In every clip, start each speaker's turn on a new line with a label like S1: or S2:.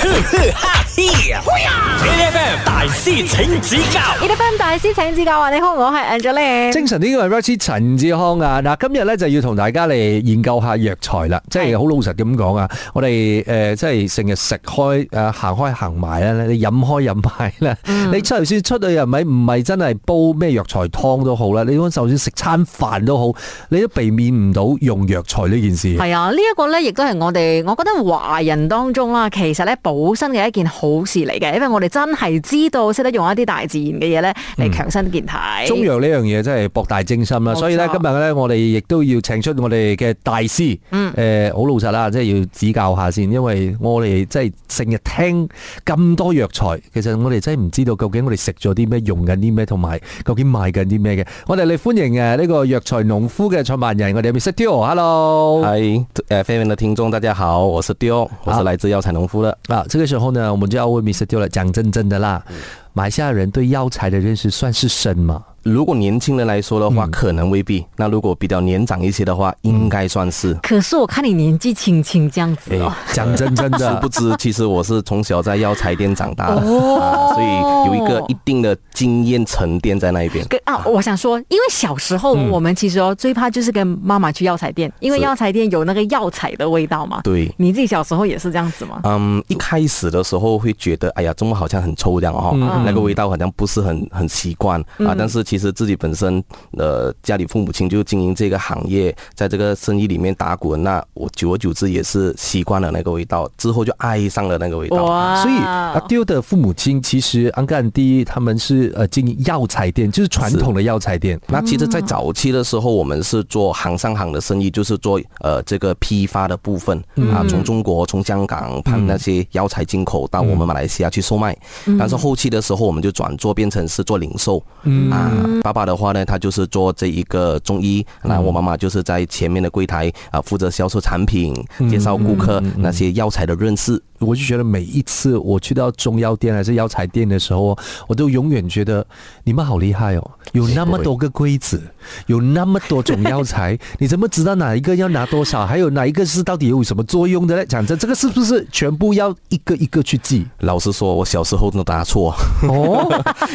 S1: 呵呵哈嘿，A F M 大師請指教
S2: ，E F M 大師請指教啊！你好，我係 Angeline。
S3: 精神呢個係 Rosie 陳志康啊！嗱，今日咧就要同大家嚟研究下藥材啦，即係好老實咁講啊！我哋誒、呃即係成日食開誒行開行埋啦，你飲開飲埋啦，你就算出去又咪唔係真係煲咩藥材湯都好啦，你就算食餐飯都好，你都避免唔到用藥材呢件事。
S2: 係啊，呢、一個咧，亦都係我哋，我覺得華人當中啦，其實咧補身嘅一件好事嚟嘅，因為我哋真係知道識得用一啲大自然嘅嘢咧嚟強身健體。
S3: 嗯中藥呢樣嘢真係博大精深啦，
S2: 冇錯
S3: 所以咧今日咧我哋亦都要請出我哋嘅大師，誒好、
S2: 嗯
S3: 老實啦，即係要指教下先，因為我哋即係成日聽咁多藥材，其實我哋真係唔知道究竟我哋食咗啲咩，用緊啲咩，同埋究竟賣緊啲咩嘅。我哋嚟歡迎誒呢個藥材農夫嘅創辦人，我哋有 Mr. Tio，Hello。
S2: 嗯
S4: 嗨，呃，飞文的听众大家好，我是丢，我是来自药材农夫的。
S3: 啊，这个时候呢，我们就要问 Mr. Tio 了，讲真真的啦，
S2: 嗯
S3: 马來西亚人对药材的认识算是深吗？
S4: 如果年轻人来说的
S1: 嗯
S4: 话，可能未必；那如果比较年长一些的话，应该算是。
S2: 可是我看你年紀輕輕這樣子哦，
S3: 讲真
S1: 嗯
S3: 真
S4: 殊
S3: 的啊
S4: 不， 知，其实我是从小在药材店长大的，
S2: 哦
S4: 啊，所以有一个一定的经验沉淀在那一边。
S2: 跟啊，我想说，因为小时候
S3: 嗯
S2: 我们其实哦、最怕就是跟妈妈去药材店，因为
S4: 是
S2: 药材店有那个药材的味道嘛。
S4: 对，
S2: 你自己小时候也是这样子吗？
S4: 嗯，一开始的时候会觉得，哎呀，中么好像很抽象哦，那个味道好像不是很很习惯啊。但是其实自己本身，呃，家里父母亲就经营这个行业，在这个生意里面打滚，那我久而久之也是习惯了那个味道，之后就爱上了那个味道。
S2: 哇
S3: 啊所以阿丢的父母亲其实安格兰第一，他们是呃经营药材店，就是传统的药材店。
S4: 那其实，在早期的时候，我们是做行上行的生意，就是做呃这个批发的部分啊，从中国、从香港盘那些药材进口到我们马来西亚去售卖。
S2: 嗯
S4: 但是后期的时候，我们就转做变成是做零售。
S2: 嗯
S4: 啊，
S3: 嗯
S4: 爸爸的话呢，他就是做这一个中医，那我妈妈就是在前面的柜台啊，负责销售产品，
S3: 嗯
S4: 介绍顾客那些药材的认识。
S3: 我就觉得每一次我去到中药店还是药材店的时候，我都永远觉得你们好厉害哦，有那么多个柜子，有那么多种药材，你怎么知道哪一个要拿多少？还有哪一个是到底有什么作用的呢？讲真，这个是不是全部要一个一个去记？
S4: 老实说，我小时候都答错。
S3: 哦，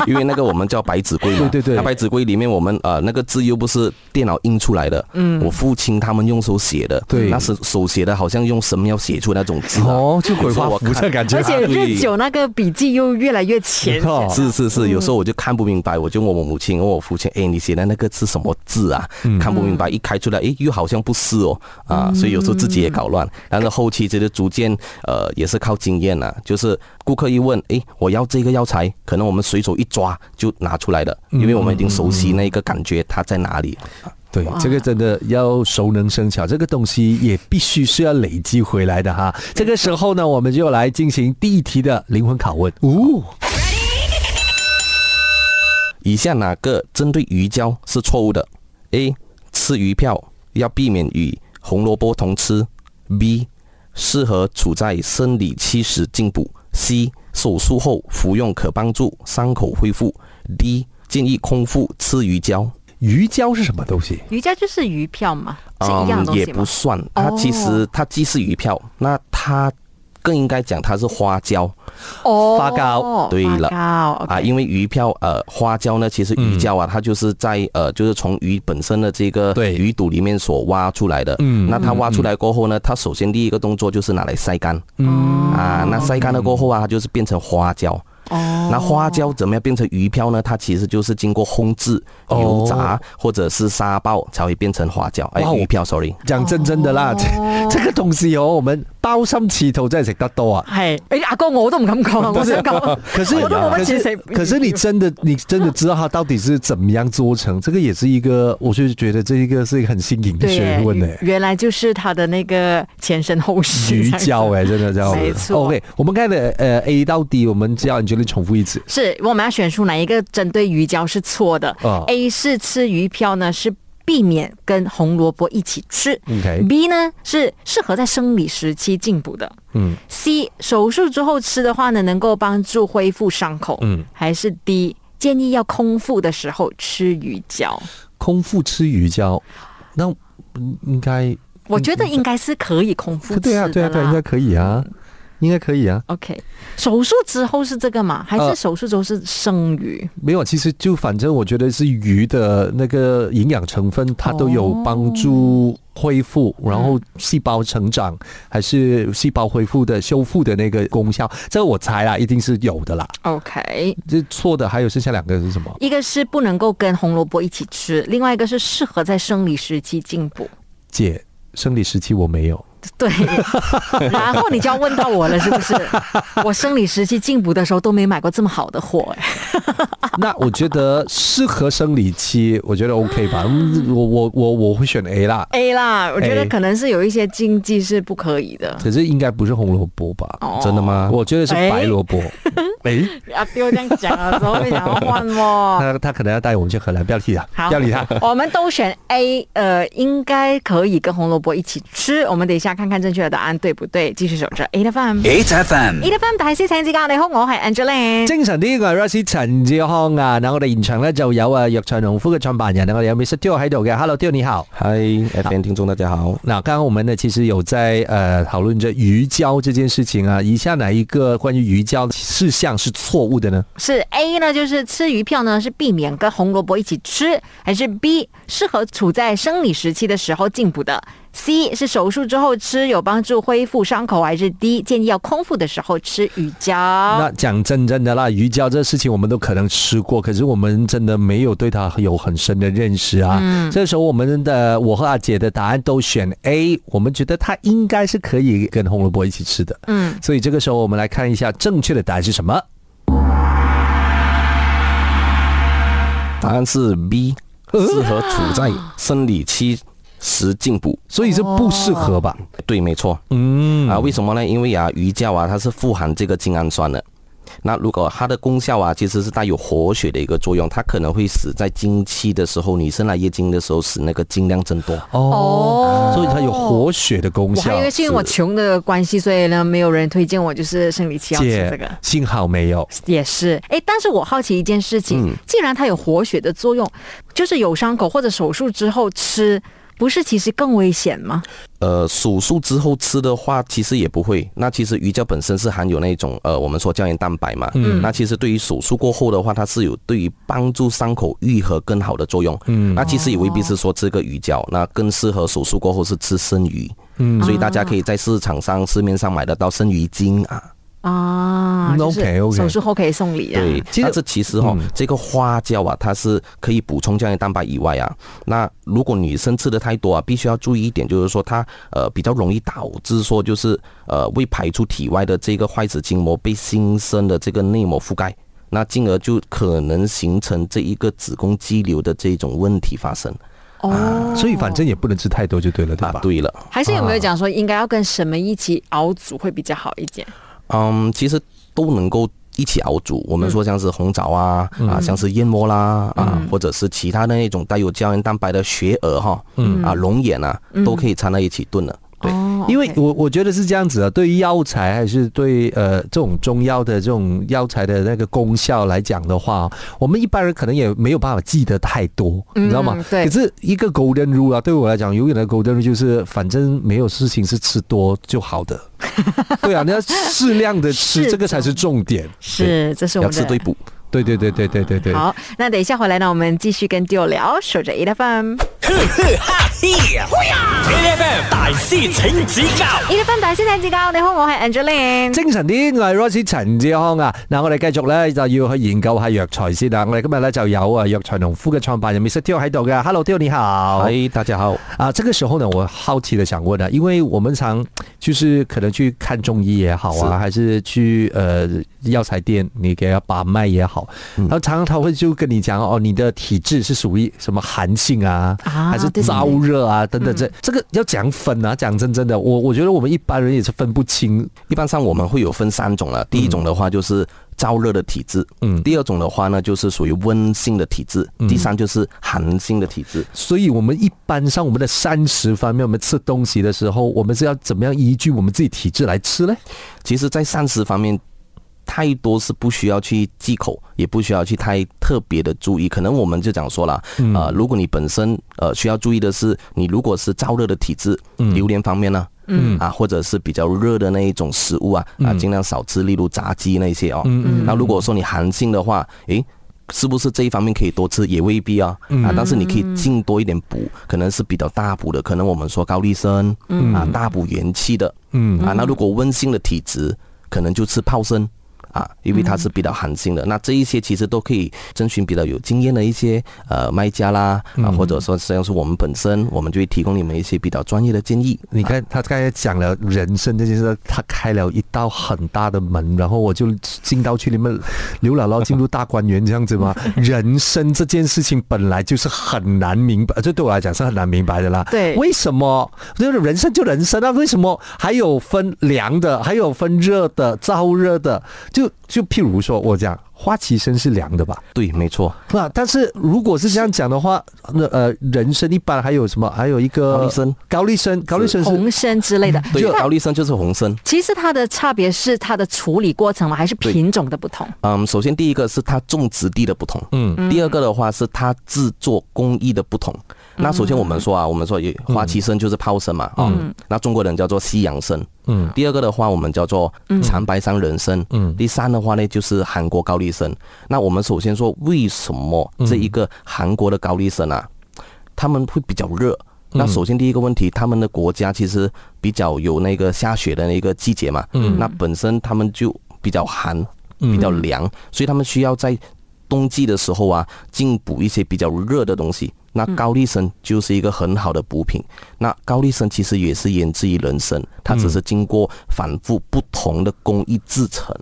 S4: 因为那个我们叫白纸龟嘛，
S3: 对对对
S4: 那白纸龟里面我们呃那个字又不是电脑印出来的，嗯，我父亲他们用手写的，
S3: 对
S4: 那是手写的，好像用神庙写出那种字啊
S3: 哦，就鬼画符的感觉
S2: 而
S3: 啊。
S2: 且日久那个笔记又越来越浅。
S3: 哦
S4: 是是是，有时候我就看不明白，我就问我母亲，问我父亲，哎，你写的那个是什么字啊？看不明白，一开出来，哎，又好像不是哦，啊，所以有时候自己也搞乱。但是后期这个逐渐，呃，也是靠经验啦，就是顾客一问，哎，我要这个药材，可能我们随手一抓就拿出来了，因为我们已经熟悉那个感觉它在哪里。
S3: 对，这个真的要熟能生巧，这个东西也必须是要累积回来的哈。这个时候呢，我们就来进行第一题的灵魂拷问。哦，
S4: 以下哪个针对鱼胶是错误的？A. 吃鱼票要避免与红萝卜同吃。B. 适合处在生理期时进补。C. 手术后服用可帮助伤口恢复。D. 建议空腹吃鱼胶。
S3: 鱼胶是什么东西？
S2: 瑜伽就是鱼票嘛，
S3: 嗯
S2: 是一样的
S4: 嗯
S2: 东
S4: 也
S2: 西
S4: 不
S2: 吗？
S4: 算，它其实它既是鱼票，那它更应该讲它是花胶。
S2: 哦
S3: 发糕
S4: 对了
S2: 发糕
S4: 啊，因为鱼票呃花胶呢，其实鱼胶啊，它就是在呃就是从鱼本身的这个
S3: 对
S4: 鱼肚里面所挖出来的。
S3: 嗯
S4: 那它挖出来过后呢，它首先第一个动作就是拿来晒干。
S3: 嗯，
S4: 啊，那晒干了过后啊，它就是变成花胶。
S2: 哦
S4: 那花胶怎么样变成鱼漂呢？它其实就是经过烘制、
S3: 哦
S4: 油炸或者是沙爆才会变成花胶。哎
S3: 哇，我
S4: 鱼漂，sorry。
S3: 讲真真的
S2: 哦
S3: 啦，这这个东西哦，我们包心刺肚真系食得多 啊。
S2: 系诶哎阿哥我都唔敢讲 啊，我想讲，
S3: 可是，
S2: 我都冇
S3: 可
S2: 乜钱
S3: 是
S2: 食，。
S3: 可是你真的，你真的知道它到底是怎么样做成？这个也是一个，我就觉得这一个是一个很新颖的
S2: 对
S3: 学 问呢。
S2: 原原来就是他的那个前身后世
S3: 鱼
S2: 这样子
S3: 胶哎，真的叫
S2: 没错
S3: OK，我们看的呃 A 到 D，我们只要你觉得重复一次。
S2: 是我们要选出哪一个针对鱼胶是错的、
S3: 啊
S2: a 是吃鱼票呢是避免跟红萝卜一起吃
S3: OK
S2: B 呢是适合在生理时期进补的，
S3: 嗯
S2: ，C 手术之后吃的话呢能够帮助恢复伤口，
S3: 嗯，
S2: 还是 D 建议要空腹的时候吃鱼胶。
S3: 空腹吃鱼胶，那嗯应该
S2: 我觉得应该是可以空腹吃
S3: 对
S2: 的
S3: 啊，
S2: 啦。
S3: 对啊，对啊，应该可以啊。应该可以啊。
S2: OK，手术之后是这个吗？还是
S3: 呃
S2: 手术之后是剩余？
S3: 没有，其实就反正我觉得是鱼的那个营养成分，它都有帮助恢复，然后细胞成长还是细胞恢复的修复的那个功效，这个我猜啊啦，一定是有的啦。
S2: OK，
S3: 这错的还有剩下两个是什么？
S2: 一个是不能够跟红萝卜一起吃，另外一个是适合在生理时期进补。
S3: 姐，生理时期我没有。
S2: 对，然后你就要问到我了，是不是？我生理时期进补的时候都没买过这么好的货、哎
S3: 那我觉得适合生理期，我觉得 OK 吧。嗯我我我我会选 A 啦，
S2: A 啦，我觉得
S3: A
S2: 可能是有一些禁忌是不可以的。
S3: 可是应该不是红萝卜吧？
S2: 哦哎
S4: 真的吗？
S3: 我觉得是白 萝卜。诶、
S2: 阿丢啊这样讲了之后，你想要换 哦。
S3: 他他可能要带我们去荷兰，不要理他，
S2: 好，
S3: 不要理啊他。
S2: 我们都选 A，呃，应该可以跟红萝卜一起吃。我们等一下看看正确的答案对不对。继续守着 A 的 FM。
S1: 8FM
S2: A 的 FM 大師請指教，你好，我係 Angeline。
S3: 精神啲嘅 Rusty 陳志康啊，嗱我哋現場咧就有啊藥材農夫嘅創辦人啊，我哋有 Mr. Teo 喺度嘅，Hello Teo 你好。
S4: 嗨，FM 听众大家好。
S3: 那刚刚我们呢，其实有在呃讨论着鱼胶这件事情啊，以下哪一个关于鱼胶事项是错误的呢？
S2: 是 A 呢，就是吃魚票呢是避免跟紅蘿蔔一起吃，还是 B 适合處在生理時期的時候進補的？C 是手術之後吃有幫助恢復傷口，還是 D 建議要空腹的時候吃魚膠？
S3: 那讲真真的啦，鱼胶这事情我们都可能吃过，可是我们真的没有对它有很深的认识啊。
S2: 嗯
S3: 这时候我们的呃我和阿姐的答案都选 A，我们觉得它应该是可以跟红萝卜一起吃的。
S2: 嗯，
S3: 所以这个时候我们来看一下正确的答案是什么。
S4: 答案是 B，适合处在生理期时进补。
S3: 所以是不适合吧？
S4: 对，没错。
S3: 嗯
S4: 啊，为什么呢？因为啊，鱼胶啊，它是富含这个精氨酸的。那如果它的功效啊，其实是带有活血的一个作用，它可能会使在经期的时候，女生来月经的时候，使那个经量增多。
S3: 哦
S2: 哦，
S3: 所以它有活血的功
S2: 我还
S3: 效
S2: 以。为是因为我窮的關係，所以呢沒有人推薦我，就是生理期要吃这个。
S3: 幸好没有。
S2: 也是，哎，但是我好奇一件事情，既然它有活血的作用，就是有伤口或者手术之后吃，不是其实更危险吗？
S4: 呃，手术之后吃的话，其实也不会。那其实鱼胶本身是含有那种呃，我们说胶原蛋白嘛。嗯。那其实对于手术过后的话，它是有对于帮助伤口愈合更好的作用。嗯。那其实也未必是说吃个鱼胶，那更适合手术过后是吃生鱼。嗯。所以大家可以在市场上、市面上买得到生鱼精啊。
S2: 啊，
S3: 嗯
S2: 就是
S3: OK，OK
S2: 手术后可以送礼啊。
S4: 对，
S3: 其实
S4: 但是其实哈、
S3: 嗯
S4: 这个花椒啊，它是可以补充胶原蛋白以外啊，那如果女生吃的太多啊，必须要注意一点，就是说它呃比较容易导致说就是呃未排出体外的这个坏死筋膜被新生的这个内膜覆盖。那进而就可能形成这一个子宫肌瘤的这种问题发生
S2: 哦，
S3: 所以反正也不能吃太多就对了，对
S4: 啊
S3: 吧？。
S4: 对了，
S2: 还是有没有讲说应该要跟什么一起熬煮会比较好一点？
S4: 嗯，其实都能够一起熬煮。我们说像是红枣啊，啊，像是燕窝啦，啊，或者是其他的那种带有胶原蛋白的雪耳哈，嗯啊，龙眼啊，都可以掺在一起炖的。对，
S2: 哦
S3: 因为
S2: OK
S3: 我我觉得是这样子啊，对于药材还是对呃这种中药的这种药材的那个功效来讲的话，啊我们一般人可能也没有办法记得太多，你知道吗？
S2: 嗯对
S3: 可是一个 golden rule 啊，对我来讲，永远的 golden rule 就是，反正没有事情是吃多就 好的。对啊，你要适量的
S2: 适
S3: 吃，
S2: 中
S3: 这个才是重点。
S2: 是，这是我
S4: 要
S2: 们
S4: 吃对
S2: 的。
S4: 补。
S3: 对对对对对对对。
S2: 好，那等一下回来呢，我们继续跟 d 聊，守着 e l e p h a n
S1: 哈嘿，8FM 大師請指教
S2: e l e p h a n 大師請指教，你好，我係 Angeline。
S3: 精神啲，我係 Rosie 陳志康啊！嗱，我哋繼續咧就要去研究下藥材先啦。我哋今日咧就有啊藥材農夫嘅創辦人 Mr. Teo 喺度嘅，Hello Teo 你好。
S4: 哎，大家好，
S3: 啊，这个时候呢，我好奇的想问啊，因为我们常就是可能去看中医也好啊，
S4: 是
S3: 还是去呃药材店，你给他把脉也好，然后常常他会就跟你讲哦，你的体质是属于什么寒性啊，
S2: 啊
S3: 还是
S2: 对对对
S3: 燥热啊等等这这个要讲分啊，讲真真的，我我觉得我们一般人也是分不清，
S4: 一般上我们会有分三种了，第一种的话就是燥热的体质，
S3: 嗯
S4: 第二种的话呢就是属于温性的体质，第三就是寒性的体质。
S3: 所以我们一般上我们的膳食方面，我们吃东西的时候，我们是要怎么样依据我们自己体质来吃呢？
S4: 其实，在膳食方面，太多是不需要去忌口，也不需要去太特别的注意。可能我们就讲说了，呃，如果你本身呃需要注意的是，你如果是燥热的体质，榴莲方面呢、嗯啊，或者是比较热的那一种食物啊，啊，尽量少吃，例如炸鸡那些哦。嗯那如果说你寒性的话，诶，是不是这一方面可以多吃也未必啊、啊，但是你可以进多一点补，可能是比较大补的，可能我们说高丽参、啊，大补元气的，嗯啊，那如果温性的体质，可能就吃泡参。啊，因为它是比较寒性
S3: 嗯
S4: 的，那这一些其实都可以征询比较有经验的一些呃卖家啦，啊，
S3: 嗯
S4: 或者说实际上是我们本身，我们就会提供你们一些比较专业的建议。啊
S3: 你看他刚才讲了人生这件事，他开了一道很大的门，然后我就进到去你们刘姥姥进入大观园这样子嘛。人生这件事情本来就是很难明白，这对我来讲是很难明白的啦。
S2: 对
S3: 为什么就是人生就人生啊？为什么还有分凉的，还有分热的、燥热的？就就譬如说我讲花旗参是凉的吧？
S4: 对，没错，
S3: 那但是如果是这样讲的话，那呃，人参一般还有什么？还有一个
S4: 高丽参，
S3: 高丽参，高丽参是
S2: 红参之类的。
S4: 对
S2: 就，
S4: 高丽参就是红参。
S2: 其实它的差别是它的处理过程嘛，还是品种的不同？
S4: 嗯，首先第一个是它种植地的不同，嗯，第二个的话是它制作工艺的不同。那首先我们说啊，我们说有花旗参就是泡参嘛，嗯，那中国人叫做西洋参，嗯，第二个的话我们叫做长白山人参，嗯，第三的话呢就是韩国高丽参。那我们首先说为什么这一个韩国的高丽参啊，他们会比较热？那首先第一个问题，他们的国家其实比较有那个下雪的那个季节嘛，嗯，那本身他们就比较寒，比较凉，所以他们需要在冬季的时候啊，进补一些比较热的东西。那高丽参就是一个很好的补品。那高丽参其实也是源自于人参，它只是经过反复不同的工艺制成，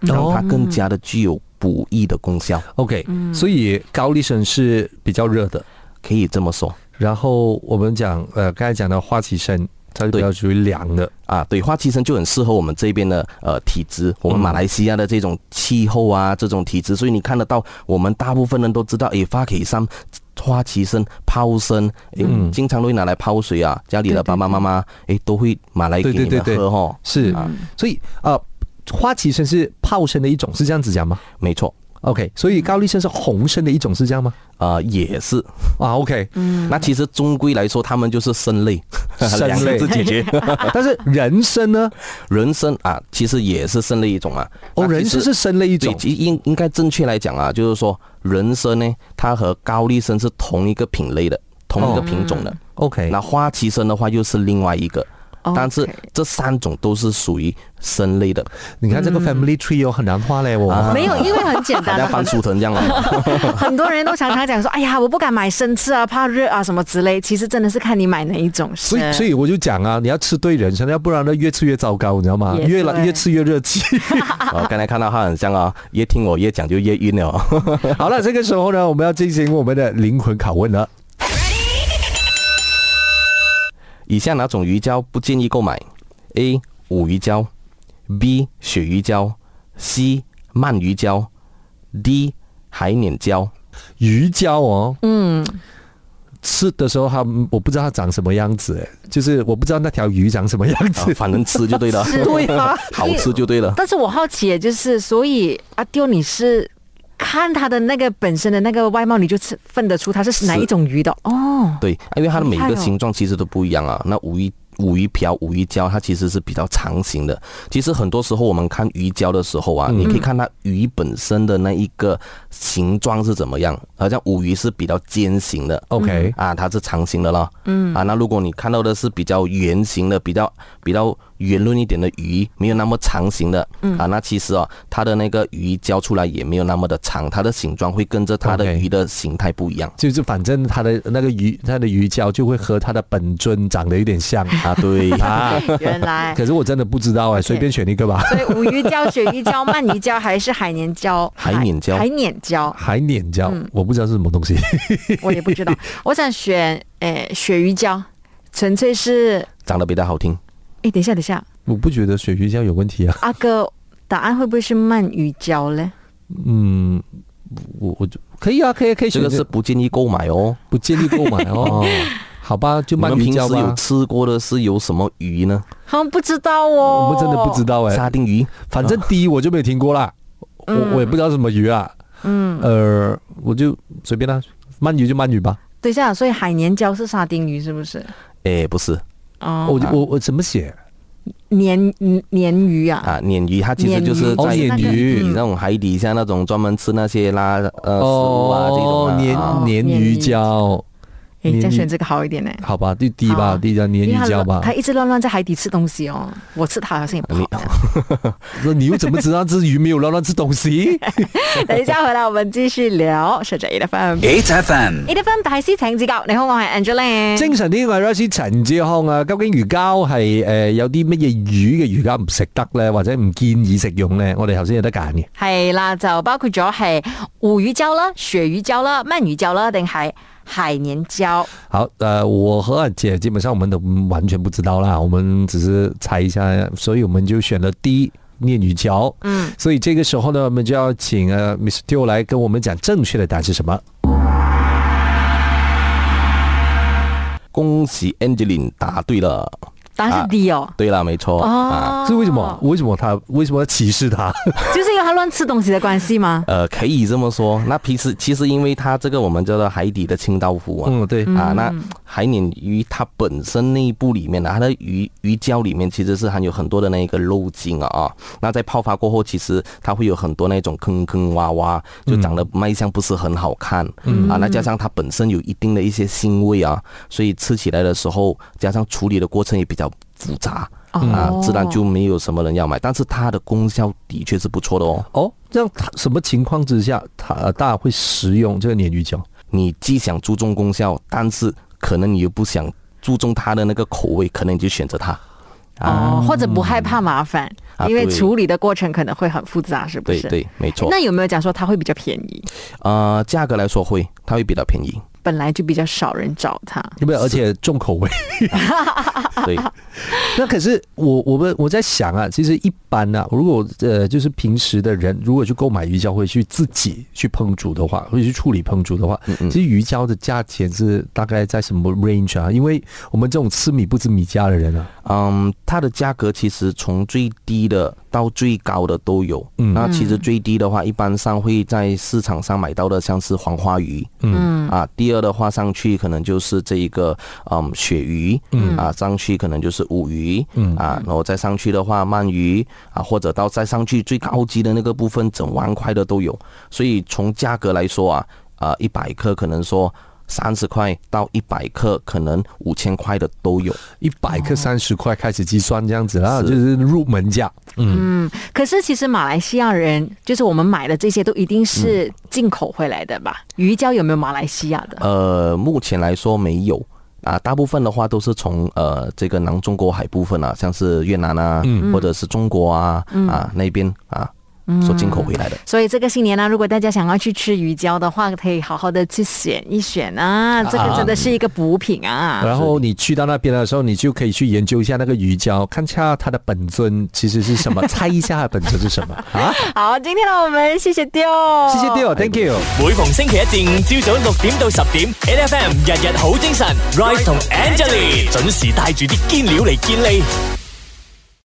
S4: 让它更加的具有补益的功效，
S3: OK，、所
S4: 嗯
S3: 以高丽参是比较热的。
S4: 可以这么说。
S3: 然后我们讲呃，刚才讲的花旗参，它是比较属于凉的。
S4: 啊，对，花旗参就很适合我们这边的呃体质，我们马来西亚的这种气候啊，这种体质，所以你看得到，我们大部分人都知道，诶，花旗参、花旗参、泡参，诶，
S3: 嗯
S4: 经常都会拿来泡水啊，家里的爸爸妈妈，诶，都会买来给
S3: 对
S4: 你
S3: 对对
S4: 们
S3: 对
S4: 喝哦，
S3: 是，所以啊、呃花旗参是泡参的一种，是这样子讲吗
S4: 没错，
S3: ？OK，所以高丽参是红参的一种，是这样吗？
S4: 啊，也是。
S3: 啊，OK，
S4: 那其实终归来说，他们就是参 类，
S3: 参
S4: 两
S3: 类
S4: 个字解决。
S3: 但是人参呢？
S4: 人参啊，其实也是参类一种啊。
S3: 哦，
S4: 那其
S3: 人参
S4: 实
S3: 是参的一
S4: 对
S3: 种，。
S4: 其应应该正确来讲啊，就是说人参呢，它和高丽参是同一个品类的，同一个品种的。
S3: OK，
S4: 那花旗参的话又是另外一个。
S2: OK
S4: 但是这三种都是属于参类的，
S3: 你看这个 family tree 哦，很难画嘞，我。
S4: 嗯啊
S2: 没有，因为很简
S4: 好
S2: 单
S4: 像
S2: 啊
S4: 翻。书藤这样了。
S2: 很多人都常常讲说，哎呀，我不敢买生吃啊，怕热啊什么之类。其实真的是看你买哪一种
S3: 所以，
S2: 参
S3: 所以我就讲啊，你要吃对人参，要不然呢，越吃越糟糕，你知道吗？
S2: 也
S3: 越来
S2: 对
S3: 越吃越热气。
S4: 我哦刚才看到它很像啊，越听我越讲就越晕了哦。
S3: 好了，这个时候呢，我们要进行我们的灵魂拷问了。
S4: 以下哪种鱼胶不建议购买？A. 五鱼胶，B. 鳕鱼胶，C. 鳗鱼胶，D. 海碾胶。
S3: 鱼胶哦，嗯，吃的时候它，我不知道它长什么样子，哎就是我不知道那条鱼长什么样
S4: 啊
S2: 哦
S3: 子。
S4: 反正吃就对 了，
S2: 对啊
S4: 好吃就对了。
S2: 但是我好奇，就是所以阿丢你是看它的那个本身的那个外貌，你就吃分得出它是哪一种鱼的哦。
S4: 对，啊因为它的每一
S2: 好厉
S4: 个
S2: 害哦
S4: 形状其实都不一样啊。那五一五一瓢、五一胶，它其实是比较长形的。其实很多时候我们看鱼胶的时候啊，你可以看它鱼本身的那一个形状是怎么样。好像五鱼是比较尖形的
S3: OK，
S4: 啊，它是长形的咯。嗯啊，那如果你看到的是比较圆形的、比较比较圆润一点的鱼，没有那么长形的，嗯啊，那其实哦，它的那个鱼胶出来也没有那么的长，它的形状会跟着它的
S3: OK
S4: 鱼的形态不一样。
S3: 就是反正它的那个鱼，它的鱼胶就会和它的本尊长得有 点像。
S4: 啊，对 啊，
S2: 原来，
S3: 可是我真的不知道哎，随便选一个吧。
S2: 所以五鱼胶、鳕鱼胶、鳗鱼胶还是海年胶、
S4: 海碾胶
S2: 海碾胶，
S3: 海碾胶，我不知道是什么东西。
S2: 我也不知道。我想选诶鳕鱼胶，纯粹是
S4: 长得比较好听。
S2: 诶，等一下，等一下，
S3: 我不觉得鳕鱼胶有问题啊。
S2: 阿哥，答案会不会是鳗鱼胶嘞？
S3: 嗯，我我就可以啊，可以可以
S4: 这
S3: 选
S4: 个是不建议购买哦。
S3: 不建议购买 哦。好吧，就
S4: 你
S3: 鳗
S4: 们
S3: 鱼
S4: 平时
S3: 胶吧
S4: 有。吃过的是有什么鱼呢？
S2: 好像不知道哦，
S3: 我们真的不知道哎，
S4: 沙丁鱼
S3: 反正第一我就没有听过啦。
S4: 嗯
S3: 我我也不知道什么鱼啊，嗯，呃，我就随便啦、鳗鱼就鳗鱼吧。
S2: 等一下，所以海年椒是沙丁鱼是不是？
S4: 诶，不是
S2: 哦，
S3: 我就我我怎么写？
S2: 鲶鲶鱼啊，
S4: 啊，鲶鱼它其实就是
S3: 鲶
S4: 在
S3: 鱼哦鲶鱼
S4: 你那种海底下那种专门吃那些拉呃食物啊这种
S3: 哦，鲶
S4: 啊啊，
S3: 鲶
S2: 鲶
S3: 鱼
S2: 鱼
S3: 胶，
S2: 诶，这样
S3: 鲶鱼
S2: 选这个好一点呢。
S3: 好吧，第第一
S2: 好
S3: 吧，
S2: 啊
S3: 第一张鲶
S2: 因为它
S3: 鱼胶
S2: 乱
S3: 吧
S2: 它。一直乱乱在海底吃东西哦，我吃它好像也不好。
S4: 哎
S3: 那你又怎么知道这鱼没有乱乱吃东 西？
S2: 等一下回来我们继续聊，是这 A F M。
S1: 8FM
S2: A F M 大師請指教，你好，我係 Angeline。
S3: 精神啲嘅 r i 陳志康啊，究竟魚膠係誒有啲乜嘢魚嘅魚膠唔食得咧，或者唔建議食用咧？我哋頭先有得揀嘅。
S2: 係啦，就包括咗係胡魚膠啦、鱈魚膠啦、鰻魚膠啦，定係海年膠。
S3: 好，呃，我和二姐基本上我们都完全不知道啦，我们只是猜一下，所以我们就选了 D 念女桥。嗯，所以这个时候呢，我们就要请呃 Miss Teo 来跟我们讲正确的答案是什么。
S4: 恭喜 Angeline 答对了，
S2: 答案是 D 哦。
S4: 对了，没错啊，
S2: 哦，
S3: 是为什么？为什么他为什么要歧视他？
S2: 就是因为他乱吃东西的关系吗？
S4: 呃，可以这么说。那平时其实因为它这个我们叫做海底的清道夫啊，
S3: 嗯， 对，
S4: 啊，那海鲶鱼它本身内部里面呢，它的鱼鱼胶里面其实是含有很多的那个肉精啊啊。那在泡发过后，其实它会有很多那种坑坑洼洼，就长得卖相不是很好看、啊。那加上它本身有一定的一些腥味啊，所以吃起来的时候，加上处理的过程也比较复杂。啊，
S2: 哦
S4: 自然就没有什么人要买，但是它的功效的确是不错的哦。
S3: 哦，这样他什么情况之下他呃大家会食用这个鲶鱼胶？
S4: 你既想注重功效，但是可能你又不想注重它的那个口味，可能你就选择它。
S2: 哦，或者不害怕麻烦，
S4: 啊
S2: 因为
S4: 对
S2: 处理的过程可能会很复杂，是不
S4: 对
S2: 是？
S4: 对，没错。
S2: 那有没有讲说它会比较便宜？
S4: 呃，价格来说会，它会比较便宜。
S2: 本来就比较少人找它。
S3: 有没有？而且重口味。
S2: 啊
S4: 对，
S3: 那可是我我们我在想啊，其实一般呢、如果呃就是平时的人如果去购买鱼胶，会去自己去烹煮的话，会去处理烹煮的话，其实鱼胶的价钱是大概在什么 range 啊？因为我们这种吃米不知米价的人啊，
S4: 嗯，它的价格其实从最低的到最高的都有。嗯，那其实最低的话，一般上会在市场上买到的，像是黄花鱼。嗯啊，第二的话上去可能就是这一个嗯鳕鱼。嗯啊，上去可能就是五鱼。嗯啊，然后再上去的话鳗鱼啊，或者到再上去最高级的那个部分，整万块的都有。所以从价格来说啊，啊一百克可能说。三十块到一百克，可能五千块的都有。
S3: 一百克三十块开始计算这样子啦，
S4: 是
S3: 就是入门价。嗯，
S2: 可是其实马来西亚人，就是我们买的这些都一定是进口回来的吧？鱼胶有没有马来西亚的？
S4: 呃，目前来说没有啊，大部分的话都是从呃这个南中国海部分啊，像是越南啊，或者是中国啊、啊那边啊所进口回来的。
S2: 所以这个新年呢、如果大家想要去吃鱼胶的话，可以好好的去选一选啊，这个真的是一个补品啊。
S3: 然后你去到那边的时候，你就可以去研究一下那个鱼胶，看一下它的本尊其实是什么，猜一下它的本尊是什么啊？
S2: 好，今天呢，我们谢谢丢，
S3: 谢谢 Dear，Thank you。
S1: 每逢星期一至五朝早六點到十點，8FM 日日好精神，Rise 同 Angelie 準時帶住啲堅料嚟健利。